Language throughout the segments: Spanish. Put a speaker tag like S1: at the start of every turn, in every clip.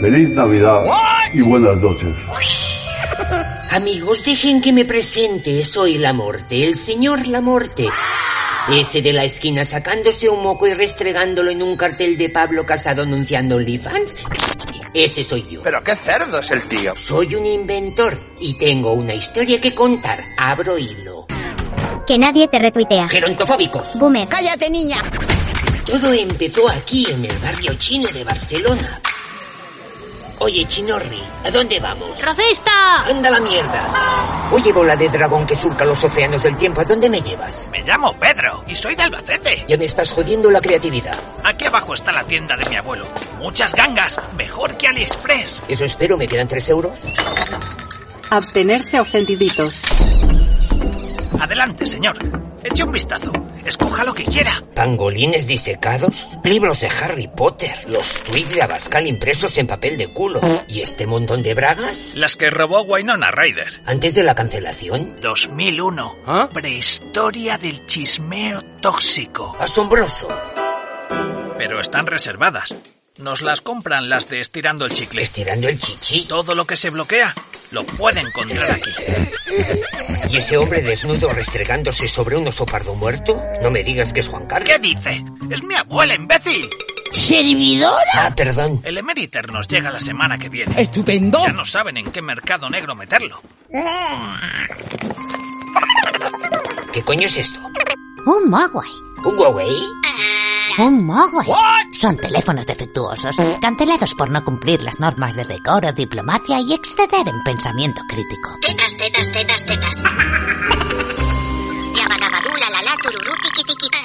S1: Feliz Navidad y buenas noches.
S2: Amigos, dejen que me presente. Soy Lamorte, el señor Lamorte. Ese de la esquina sacándose un moco y restregándolo en un cartel de Pablo Casado anunciando OnlyFans. Ese soy yo.
S3: Pero qué cerdo es el tío.
S2: Soy un inventor y tengo una historia que contar. Abro hilo.
S4: Que nadie te retuitea.
S2: Gerontofóbicos.
S4: Boomer.
S5: Cállate, niña.
S2: Todo empezó aquí, en el barrio chino de Barcelona. Oye, Chinorri, ¿a dónde vamos?
S5: ¡Racista!
S2: ¡Anda la mierda! Oye, bola de dragón que surca los océanos del tiempo, ¿a dónde me llevas?
S6: Me llamo Pedro y soy de Albacete.
S2: Ya me estás jodiendo la creatividad.
S6: Aquí abajo está la tienda de mi abuelo. Muchas gangas, mejor que AliExpress.
S2: Eso espero, ¿me quedan tres euros?
S7: Abstenerse ofendiditos.
S6: Adelante, señor. Eche un vistazo. Escoja lo que quiera.
S2: ¿Pangolines disecados? Libros de Harry Potter, los tweets de Abascal impresos en papel de culo. ¿Y este montón de bragas?
S6: Las que robó Wynonna Ryder.
S2: ¿Antes de la cancelación?
S6: 2001. Prehistoria del chismeo tóxico.
S2: ¡Asombroso!
S6: Pero están reservadas. Nos las compran las de estirando el chicle.
S2: Estirando el chichi.
S6: Todo lo que se bloquea lo puede encontrar aquí.
S2: ¿Y ese hombre desnudo restregándose sobre un oso pardo muerto? No me digas que es Juan Carlos.
S6: ¿Qué dice? ¡Es mi abuela, imbécil!
S5: ¡Servidora!
S2: Ah, perdón.
S6: El Emeriter nos llega la semana que viene.
S5: ¡Estupendo!
S6: Ya no saben en qué mercado negro meterlo.
S2: ¿Qué coño es esto?
S8: Un Mogwai.
S2: ¿Un Huawei?
S8: Un Mogwai. Son teléfonos defectuosos, cancelados por no cumplir las normas de decoro, diplomacia y exceder en pensamiento crítico.
S9: Tetas, tetas, tetas, tetas. Yabagagadula, la la, tururú, tiquitiquita.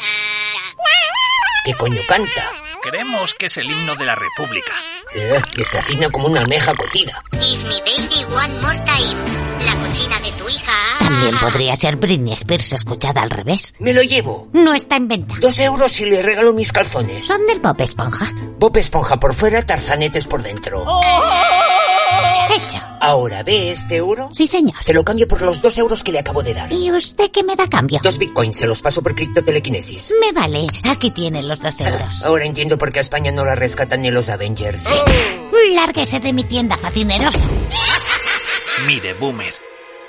S2: ¿Qué coño canta?
S6: Creemos que es el himno de la República.
S2: Eh, que se afina como una almeja cocida.
S9: Give me baby one more time. La cochina de tu hija. ah,
S8: También podría ser Britney Spears escuchada al revés.
S2: Me lo llevo.
S8: No está en venta.
S2: Dos euros y le regalo mis calzones.
S8: Son del Bob Esponja.
S2: Bob Esponja por fuera, tarzanetes por dentro.
S9: Oh.
S8: Hecho.
S2: Ahora ve este euro.
S8: Sí, señor.
S2: Se lo cambio por los dos euros que le acabo de dar.
S8: ¿Y usted qué me da cambio?
S2: Dos bitcoins se los paso por criptotelequinesis.
S8: Me vale. Aquí tiene los dos euros.
S2: Ahora entiendo por qué a España no la rescatan ni los Avengers.
S8: Lárguese de mi tienda, facinerosa.
S6: Mire, Boomer,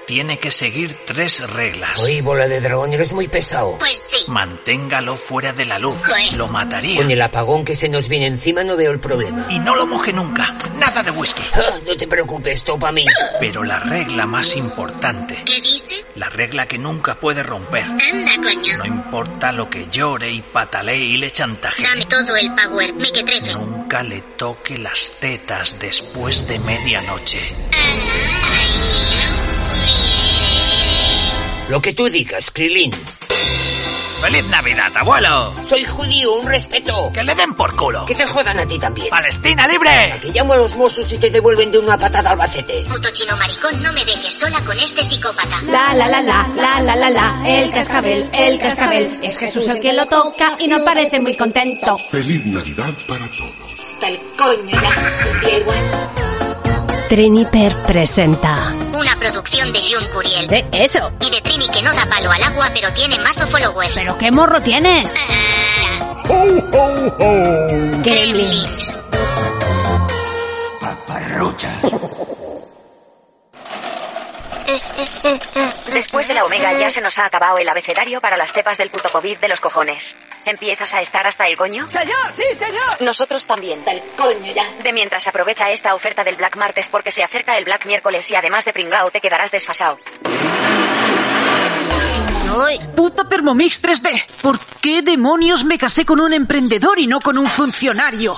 S6: tiene que seguir tres reglas.
S2: Oye, bola de dragón, eres muy pesado.
S9: Pues sí.
S6: Manténgalo fuera de la luz. Lo mataría.
S2: Con el apagón que se nos viene encima no veo el problema.
S6: Y no lo moje nunca. Nada de whisky.
S2: Ah, no te preocupes, topa a mí.
S6: Pero la regla más importante,
S9: ¿Qué dice?
S6: la regla que nunca puede romper,
S9: Anda, coño.
S6: no importa lo que llore y patalee y le chantaje,
S9: Dame todo el power, me que trece.
S6: nunca le toque las tetas después de medianoche.
S2: Lo que tú digas, Krilin.
S6: ¡Feliz Navidad, abuelo!
S2: Soy judío, un respeto.
S6: ¡Que le den por culo!
S2: Que te jodan a ti también.
S6: ¡Palestina libre!
S2: Que llamo a los mozos y te devuelven de una patada albacete.
S9: Puto chino maricón, no me dejes sola con este psicópata.
S10: La la la la la la la la, el cascabel, el cascabel, es Jesús el que lo toca y no parece muy contento.
S1: Feliz Navidad para todos.
S9: Hasta el coño
S7: Triniper presenta.
S9: Una producción de Jun Curiel.
S7: ¿De eso?
S9: Y de Trini que no da palo al agua, pero tiene mazo followers.
S7: ¿Pero qué morro tienes?
S1: ¡Ho, ho, ho!
S9: Gremlins.
S11: Después de la omega ya se nos ha acabado el abecedario para las cepas del puto COVID de los cojones. ¿Empiezas a estar hasta el coño?
S5: ¡Señor, sí, señor!
S11: Nosotros también. De mientras aprovecha esta oferta del Black Martes porque se acerca el Black Miércoles y además de pringao te quedarás desfasado.
S5: ¡Uy!
S12: puta Thermomix 3D. ¿Por qué demonios me casé con un emprendedor y no con un funcionario?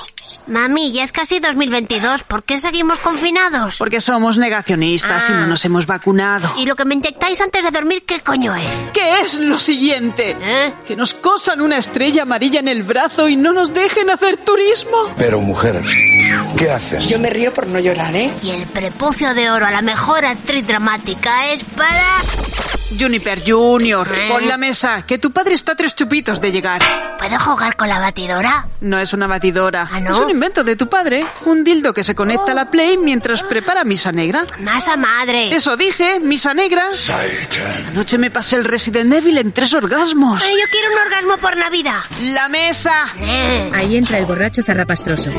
S3: Mami, ya es casi 2022. ¿Por qué seguimos confinados? Ah.
S12: Porque somos negacionistas y no nos hemos vacunado.
S3: ¿Y lo que me inyectáis antes de dormir qué coño es? ¿Eh?
S12: ¿Qué es lo siguiente? Que nos cosan una estrella amarilla en el brazo y no nos dejen hacer turismo.
S13: Pero mujer, ¿qué haces?
S3: me río por no llorar, ¿eh? Y el prepucio de oro a la mejor actriz dramática es para...
S12: Juniper Junior, pon la mesa, que tu padre está a tres chupitos de llegar.
S3: ¿Puedo jugar con la batidora? Ah,
S12: No es una batidora.
S3: ¿no?
S12: Es un invento de tu padre. Un dildo que se conecta a la Play mientras prepara misa negra.
S3: ¡Masa madre!
S12: Eso dije, misa negra. Anoche me pasé el Resident Evil en tres orgasmos.
S3: Ay, yo quiero un orgasmo por Navidad.
S12: ¡La mesa!
S14: Ahí entra el borracho zarrapastroso.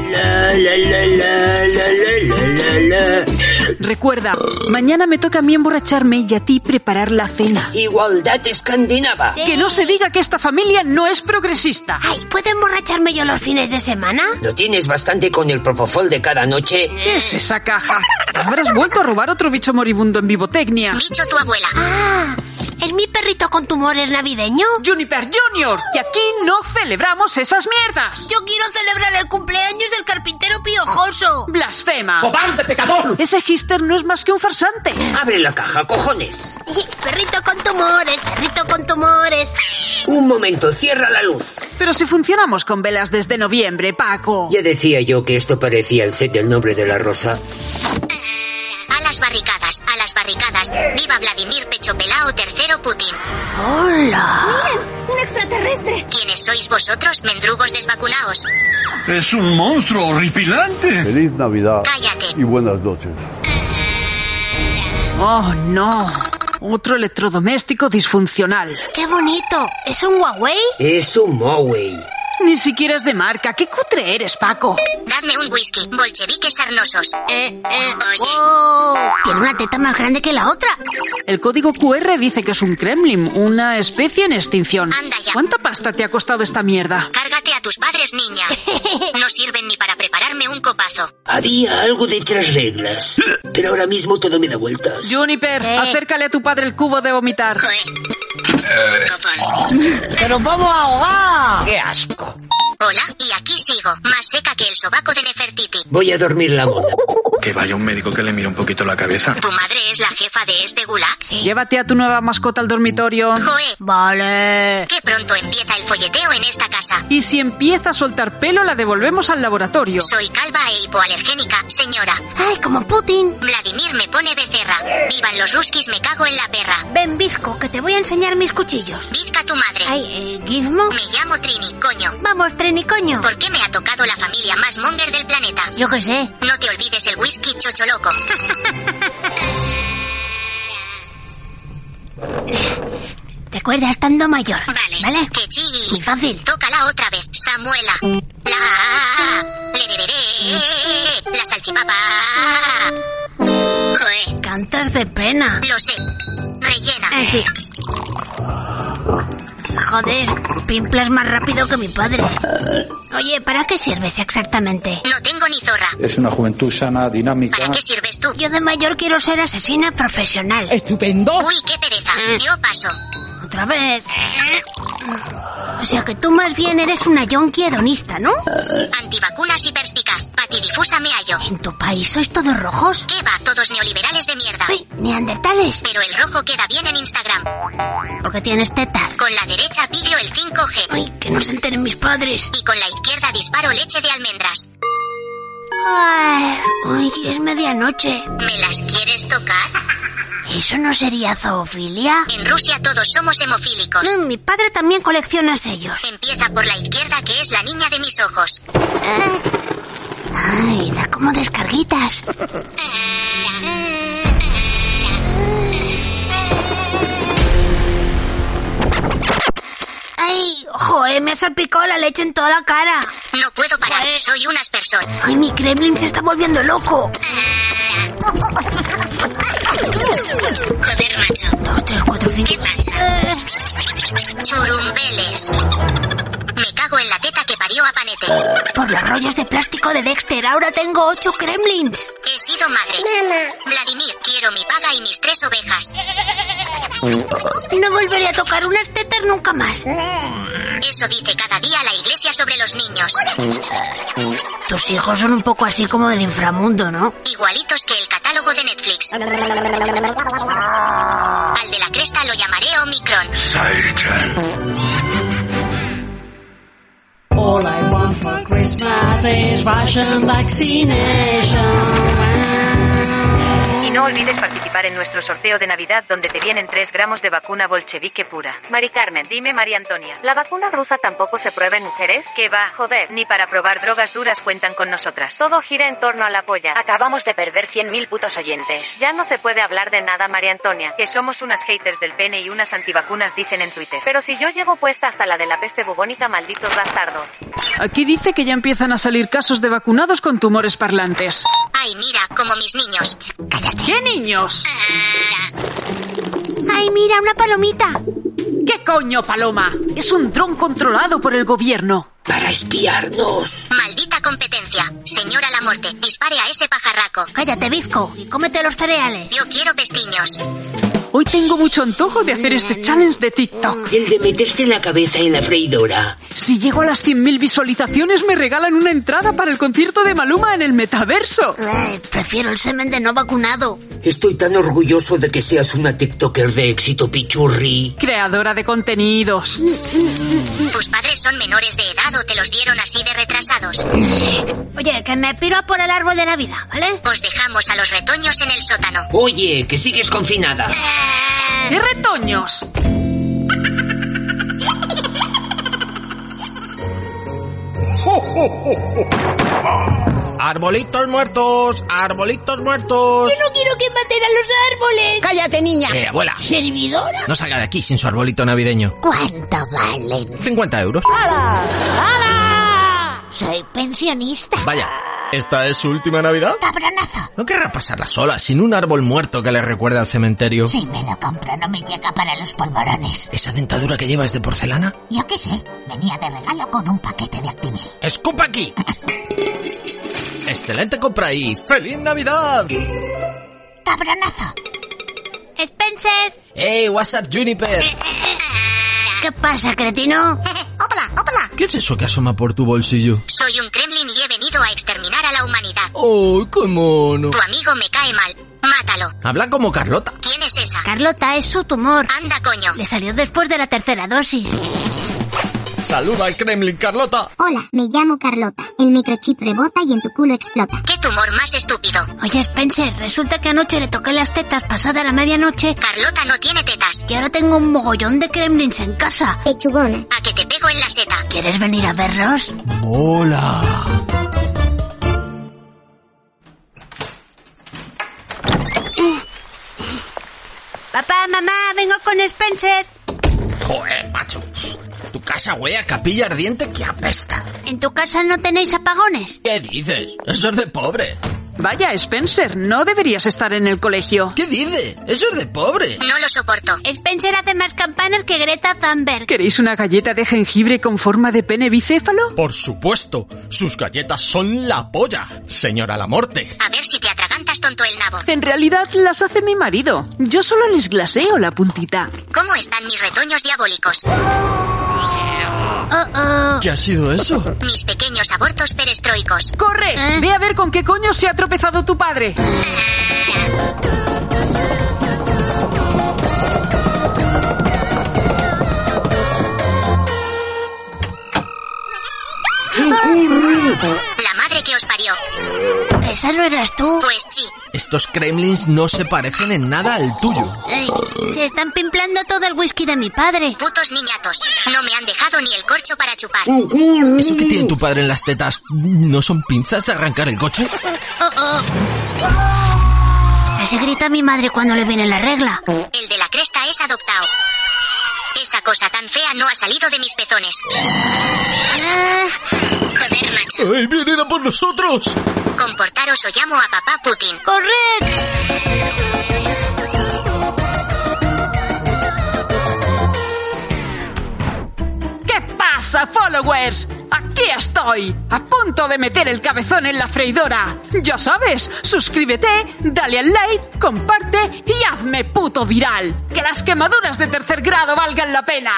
S12: Recuerda, mañana me toca a mí emborracharme y a ti preparar la cena.
S2: Igualdad escandinava.
S12: Que no se diga que esta familia no es progresista.
S3: Ay, ¿puedo emborracharme yo los fines de semana?
S2: ¿No tienes bastante con el propofol de cada noche?
S12: ¿Qué es esa caja? Habrás vuelto a robar otro bicho moribundo en vivotecnia.
S3: Bicho tu abuela. Ah, ¿es mi perrito con tumores navideño?
S12: Juniper Junior, y aquí no celebramos esas mierdas.
S3: Yo quiero celebrar el cumpleaños del carpintero piojoso.
S12: ¡Blasfema!
S2: ¡Cobarde, pecador!
S12: Ese hister no es más que un farsante.
S2: Abre la caja, cojones.
S3: Perrito con tumores, perrito con tumores.
S2: Un momento, cierra la luz.
S12: Pero si funcionamos con velas desde noviembre, Paco.
S2: Ya decía yo que esto parecía el set del nombre de la rosa.
S9: A las barricadas, a las barricadas. Viva Vladimir Pechopelao III Putin.
S3: ¡Hola!
S15: ¡Miren! ¡Un extraterrestre!
S9: ¿Quiénes sois vosotros, mendrugos desvacunados?
S1: Es un monstruo horripilante. Feliz Navidad.
S9: Cállate.
S1: Y buenas noches.
S12: Oh, no. Otro electrodoméstico disfuncional.
S3: ¡Qué bonito! ¿Es un Huawei?
S2: Es un Moway.
S12: Ni siquiera es de marca. ¡Qué cutre eres, Paco!
S9: Dadme un whisky, bolcheviques sarnosos. Oye,
S3: Eh, ¡Oh! Tiene una teta más grande que la otra.
S12: El código QR dice que es un Kremlin, una especie en extinción.
S9: Anda ya.
S12: ¿Cuánta pasta te ha costado esta mierda?
S9: cárgate a tus padres, niña. No sirven ni para prepararme un copazo.
S2: Había algo de tres reglas. Pero ahora mismo todo me da vueltas.
S12: Juniper, Eh.
S3: Eh.
S12: acércale a tu padre el cubo de vomitar.
S16: ¡Que nos vamos a ahogar!
S2: ¡Qué asco!
S9: Hola, y aquí sigo, más seca que el sobaco de Nefertiti.
S2: Voy a dormir la mona.
S13: Que vaya un médico que le mire un poquito la cabeza.
S9: ¿Tu madre es la jefa de este gulag?
S12: Llévate a tu nueva mascota al dormitorio.
S9: Joe,
S3: Vale.
S9: que pronto empieza el folleteo en esta casa.
S12: Y si empieza a soltar pelo, la devolvemos al laboratorio.
S9: Soy calva e hipoalergénica, señora.
S3: ¡Ay, como Putin!
S9: Vladimir me pone becerra. Vivan los ruskis, me cago en la perra.
S3: Ven, Bizco, que te voy a enseñar mis cuchillos.
S9: Bizca tu madre.
S3: Ay, eh, Gizmo.
S9: Me llamo Trini, coño.
S3: Vamos, Trenicoño.
S9: ¿Por qué me ha tocado la familia más monger del planeta?
S3: Yo qué sé.
S9: No te olvides el whisky chocho loco.
S3: Recuerda, estando mayor.
S9: Vale.
S3: ¿Vale?
S9: Que chilli.
S3: Muy fácil.
S9: Tócala otra vez, Samuela. La. Lererere. La salchipapa. Joe,
S3: Cantas de pena.
S9: lo sé. Rellena.
S3: Eh, sí. Joder, pimplas más rápido que mi padre. Oye, ¿para qué sirves exactamente?
S9: No tengo ni zorra.
S13: Es una juventud sana, dinámica.
S9: ¿Para qué sirves tú?
S3: Yo de mayor quiero ser asesina profesional.
S16: ¡Estupendo!
S9: Uy, qué pereza. Yo paso.
S3: Otra vez. O sea que tú más bien eres una yonki hedonista, ¿no?
S9: Antivacunas y perspicaz. Patidifusa me hallo.
S3: En tu país sois todos rojos.
S9: ¿Qué va? Todos neoliberales de mierda.
S3: Ay, neandertales.
S9: Pero el rojo queda bien en Instagram.
S3: Porque tienes tetas.
S9: Con la derecha pillo el 5G.
S3: Ay, que no se enteren mis padres.
S9: Y con la izquierda disparo leche de almendras.
S3: Ay, ay, es medianoche.
S9: ¿Me las quieres tocar?
S3: ¿Eso no sería zoofilia?
S9: En Rusia todos somos hemofílicos.
S3: No, mi padre también colecciona sellos.
S9: Empieza por la izquierda que es la niña de mis ojos.
S3: Ay, da como descarguitas. Ay, joe, me ha salpicado la leche en toda la cara.
S9: No puedo parar, soy unas personas.
S3: Ay, mi Kremlin se está volviendo loco.
S9: Joder, macho.
S3: Dos, tres, cuatro, cinco.
S9: ¿Qué pasa?
S3: Eh,
S9: Churumbeles. Me cago en la teta que parió a Panete.
S3: Por los rollos de plástico de Dexter, ahora tengo ocho gremlins.
S9: He sido madre. Vladimir, quiero mi paga y mis tres ovejas.
S3: No volveré a tocar unas tetas nunca más.
S9: Eso dice cada día la iglesia sobre los niños.
S3: Tus hijos son un poco así como del inframundo, ¿no?
S9: Igualitos que el catálogo de Netflix. Al de la cresta lo llamaré Omicron.
S17: All I want for Christmas is Russian vaccination.
S12: Y no olvides participar en nuestro sorteo de Navidad donde te vienen 3 gramos de vacuna bolchevique pura. Mari Carmen, dime María Antonia, ¿la vacuna rusa tampoco se prueba en mujeres? Que va, joder, ni para probar drogas duras cuentan con nosotras. Todo gira en torno a la polla. Acabamos de perder 100.000 putos oyentes. Ya no se puede hablar de nada María Antonia, que somos unas haters del pene y unas antivacunas dicen en Twitter. Pero si yo llego puesta hasta la de la peste bubónica, malditos bastardos.
S18: Aquí dice que ya empiezan a salir casos de vacunados con tumores parlantes.
S9: Ay, mira, como mis niños.
S18: ¿Qué niños?
S3: Ay, mira, una palomita.
S18: ¿Qué coño, Paloma? Es un dron controlado por el gobierno.
S2: Para espiarnos.
S9: Maldita competencia. Señora la muerte, dispare a ese pajarraco.
S3: Cállate, bizco, y cómete los cereales.
S9: Yo quiero pestiños.
S18: Hoy tengo mucho antojo de hacer este challenge de TikTok.
S2: El de meterte la cabeza en la freidora.
S18: Si llego a las 100.000 visualizaciones me regalan una entrada para el concierto de Maluma en el metaverso.
S3: Eh, prefiero el semen de no vacunado.
S2: Estoy tan orgulloso de que seas una TikToker de éxito, pichurri.
S18: Creadora de contenidos.
S9: Tus padres son menores de edad o te los dieron así de retrasados.
S3: Oye, que me piro a por el árbol de Navidad, ¿vale?
S9: Os dejamos a los retoños en el sótano.
S2: Oye, que sigues confinada.
S3: Eh,
S18: ¡Qué retoños!
S6: Arbolitos muertos, arbolitos muertos.
S3: Yo no quiero que maten a los árboles.
S17: Cállate, niña.
S6: Eh, abuela,
S3: ¿Servidora?
S6: no salga de aquí sin su arbolito navideño.
S3: ¿Cuánto valen?
S6: 50 euros.
S3: Soy pensionista.
S6: Vaya, ¿esta es su última Navidad?
S3: Cabronazo.
S6: No querrá pasarla sola, sin un árbol muerto que le recuerde al cementerio.
S3: Si me lo compro, no me llega para los polvorones.
S6: ¿Esa dentadura que llevas de porcelana?
S3: Yo qué sé, venía de regalo con un paquete de Actimel.
S6: ¡Escupa aquí! Excelente compra y ¡Feliz Navidad!
S3: Cabronazo. Spencer.
S6: ¡Hey, what's up, Juniper!
S3: ¿Qué pasa, cretino?
S9: ¡Ópala, ópala!
S6: ¿Qué es eso que asoma por tu bolsillo?
S9: Soy un gremlin y he venido a exterminar a la humanidad.
S6: ¡Oh, qué mono!
S9: Tu amigo me cae mal. Mátalo.
S6: Habla como Carlota.
S9: ¿Quién es esa?
S3: Carlota, es su tumor.
S9: Anda, coño.
S3: Le salió después de la tercera dosis.
S6: Saluda al Kremlin, Carlota.
S19: Hola, me llamo Carlota. El microchip rebota y en tu culo explota.
S9: ¿Qué tumor más estúpido?
S3: Oye, Spencer, resulta que anoche le toqué las tetas pasada la medianoche
S9: Carlota no tiene tetas.
S3: y ahora tengo un mogollón de gremlins en casa.
S19: Pechugona.
S9: A que te pego en la seta.
S3: ¿Quieres venir a verlos?
S6: ¡Hola!
S3: Papá, mamá, vengo con Spencer.
S6: Joder, macho. Tu casa huele a capilla ardiente que apesta.
S3: ¿En tu casa no tenéis apagones?
S6: ¿Qué dices? Eso es de pobre.
S18: Vaya, Spencer, no deberías estar en el colegio.
S6: ¿Qué dices? Eso es de pobre.
S9: No lo soporto.
S3: Spencer hace más campanas que Greta Thunberg.
S18: ¿Queréis una galleta de jengibre con forma de pene bicéfalo?
S6: Por supuesto, sus galletas son la polla, señora la morte.
S9: A ver si te atragantas tonto el nabo.
S18: En realidad las hace mi marido. Yo solo les glaseo la puntita.
S9: ¿Cómo están mis retoños diabólicos?
S3: Oh, oh.
S6: ¿Qué ha sido eso?
S9: Mis pequeños abortos perestroicos.
S18: ¡Corre!
S3: ¿Eh?
S18: Ve a ver con qué coño se ha tropezado tu padre.
S9: La madre que os parió.
S3: Esa no eras tú.
S9: Pues sí.
S6: Estos gremlins no se parecen en nada al tuyo.
S3: Ey, se están pimplando todo el whisky de mi padre.
S9: Putos niñatos. No me han dejado ni el corcho para chupar.
S6: ¿Eso que tiene tu padre en las tetas no son pinzas de arrancar el coche?
S3: Oh, oh. Así grita mi madre cuando le viene la regla.
S9: El de la cresta es adoptado. Esa cosa tan fea no ha salido de mis pezones.
S3: Ah,
S9: Joder, macho.
S6: ¡Ay, vienen a por nosotros!
S9: Comportaros o llamo a papá Putin.
S3: ¡Corred!
S18: ¿Qué pasa,
S3: pasa, followers? Aquí estoy, a punto de meter el cabezón en la freidora. Ya sabes, suscríbete, dale al like, comparte y hazme puto viral. Que las quemaduras de tercer grado valgan la pena.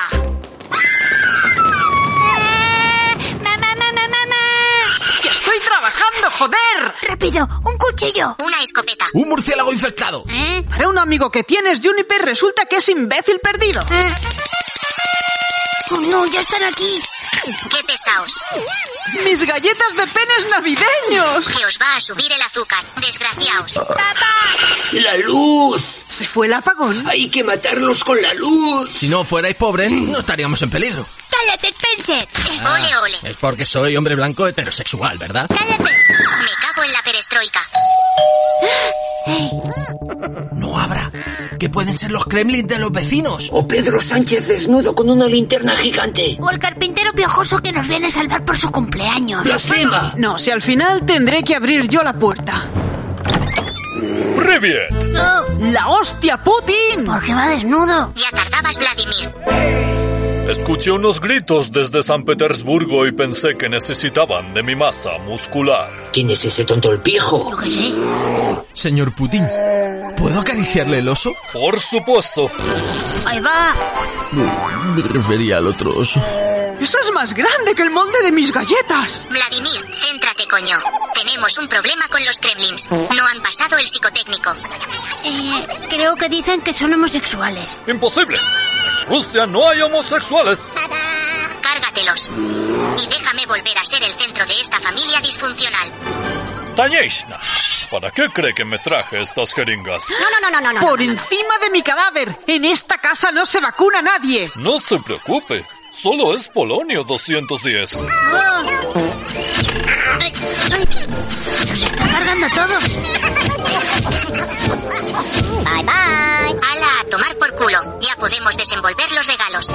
S3: Eh,
S20: ¡Mamá, mamá, mamá!
S3: ¡Que estoy trabajando, joder!
S20: ¡Rápido! ¡Un cuchillo!
S9: Una escopeta.
S21: Un murciélago infectado.
S3: Para un amigo que tienes, Juniper, resulta que es imbécil perdido.
S20: ¡Oh, no! ¡Ya están aquí!
S9: ¡Qué pesaos!
S3: ¡Mis galletas de penes navideños!
S9: Que os va a subir el azúcar, desgraciaos.
S21: Ah.
S2: ¡La luz!
S3: ¿Se fue el apagón?
S2: Hay que matarlos con la luz.
S21: Si no fuerais pobres, no estaríamos en peligro.
S20: ¡Cállate, Spencer!
S21: Ah,
S9: Ole, ole.
S21: Es porque soy hombre blanco heterosexual, ¿verdad?
S20: ¡Cállate!
S9: Me cago en la perestroika.
S21: No habrá. Que pueden ser los Kremlins de los vecinos.
S2: O Pedro Sánchez desnudo con una linterna gigante.
S20: O el carpintero piojoso que nos viene a salvar por su cumpleaños.
S2: ¡Blasfema!
S3: No, si al final tendré que abrir yo la puerta.
S1: ¡Riviet!
S20: ¡No!
S3: ¡La hostia, Putin!
S20: ¿Por qué va desnudo?
S9: Ya tardabas, Vladimir.
S1: Escuché unos gritos desde San Petersburgo y pensé que necesitaban de mi masa muscular.
S2: ¿Quién es ese tonto el pijo?
S20: Yo qué sé.
S21: Señor Putin, ¿puedo acariciarle el oso?
S1: Por supuesto.
S20: Ahí va.
S21: Me refería al otro oso.
S3: ¡Esa es más grande que el molde de mis galletas!
S9: Vladimir, céntrate, coño. Tenemos un problema con los Kremlins. No han pasado el psicotécnico.
S20: Eh, creo que dicen que son homosexuales.
S1: Imposible. En Rusia no hay homosexuales.
S9: Cárgatelos. Y déjame volver a ser el centro de esta familia disfuncional.
S1: Tanyeishna, ¿para qué cree que me traje estas jeringas?
S9: No, no, no, no, no, no.
S3: Por encima de mi cadáver. En esta casa no se vacuna nadie.
S1: No se preocupe, solo es Polonio 210.
S20: Ay, ay. Nos está cargando todo.
S9: Bye, bye. Ala, a tomar por culo. Ya podemos desenvolver los regalos.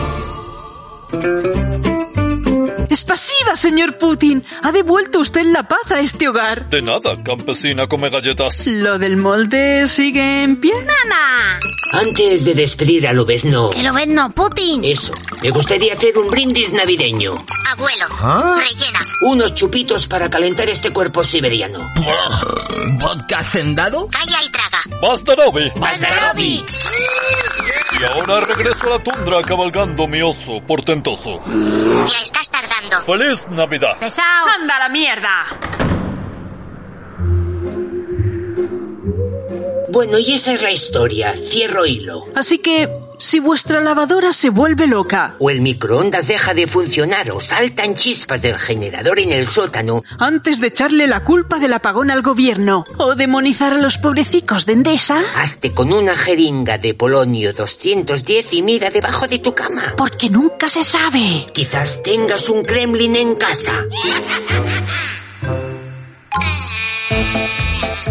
S3: ¡Es pasiva, señor Putin! Ha devuelto usted la paz a este hogar.
S1: De nada, campesina come galletas.
S3: ¿Lo del molde sigue en pie?
S20: ¡Mamá!
S2: Antes de despedir a Lobezno,
S20: ¡Que lo ven, no,
S9: Eh.
S20: Putin!
S2: eso, me gustaría hacer un brindis navideño.
S9: Abuelo, rellena.
S2: Unos chupitos para calentar este cuerpo siberiano.
S21: ¿Vodka hacendado?
S9: Calla y traga.
S1: ¡Bastarobi!
S2: Pues
S1: Y ahora regreso a la tundra cabalgando mi oso portentoso.
S9: Ya estás tardando.
S1: ¡Feliz Navidad!
S20: ¡Pesao!
S3: ¡Anda a la mierda!
S2: Bueno, y esa es la historia. Cierro hilo.
S3: Así que, si vuestra lavadora se vuelve loca,
S2: O el microondas deja de funcionar o saltan chispas del generador en el sótano.
S3: antes de echarle la culpa del apagón al gobierno o demonizar a los pobrecicos de Endesa,
S2: Hazte con una jeringa de polonio 210 y mira debajo de tu cama.
S3: porque nunca se sabe.
S2: Quizás tengas un gremlin en casa.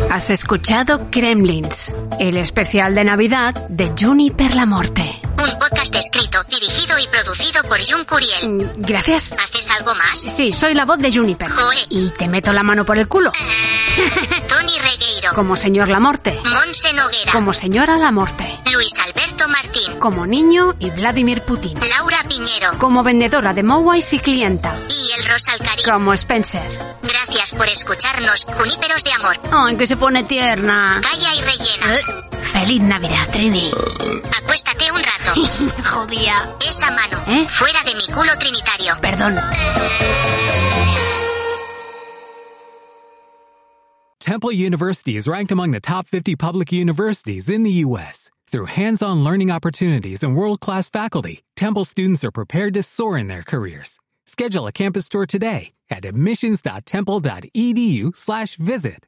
S7: Has escuchado Kremlins, el especial de Navidad de Juniper La Morte.
S9: Un podcast escrito, dirigido y producido por Jun Curiel.
S7: Mm, Gracias.
S9: ¿Haces algo más?
S7: Sí, soy la voz de Juniper.
S9: Joder.
S7: Y te meto la mano por el culo.
S9: Tony Regueiro.
S7: Como señor La Morte.
S9: Monse Noguera.
S7: Como señora La Morte.
S9: Luis Alberto Martín.
S7: Como niño y Vladimir Putin.
S9: Laura Piñero.
S7: Como vendedora de Mowais y clienta.
S9: Y el Rosalcari.
S7: Como Spencer.
S9: Gracias por escucharnos, Juníperos de Amor.
S7: Ay, que se pone tierna.
S9: Calla y rellena.
S7: Feliz Navidad, Trini.
S9: Acuéstate un rato.
S20: Jodía.
S9: Esa mano.
S7: ¿Eh?
S9: Fuera de mi culo trinitario.
S7: Perdón.
S22: Temple University is ranked among the top 50 public universities in the U.S. Through hands on learning opportunities and world class faculty, Temple students are prepared to soar in their careers. E Schedule a campus tour today at admissions.temple.edu/slash visit.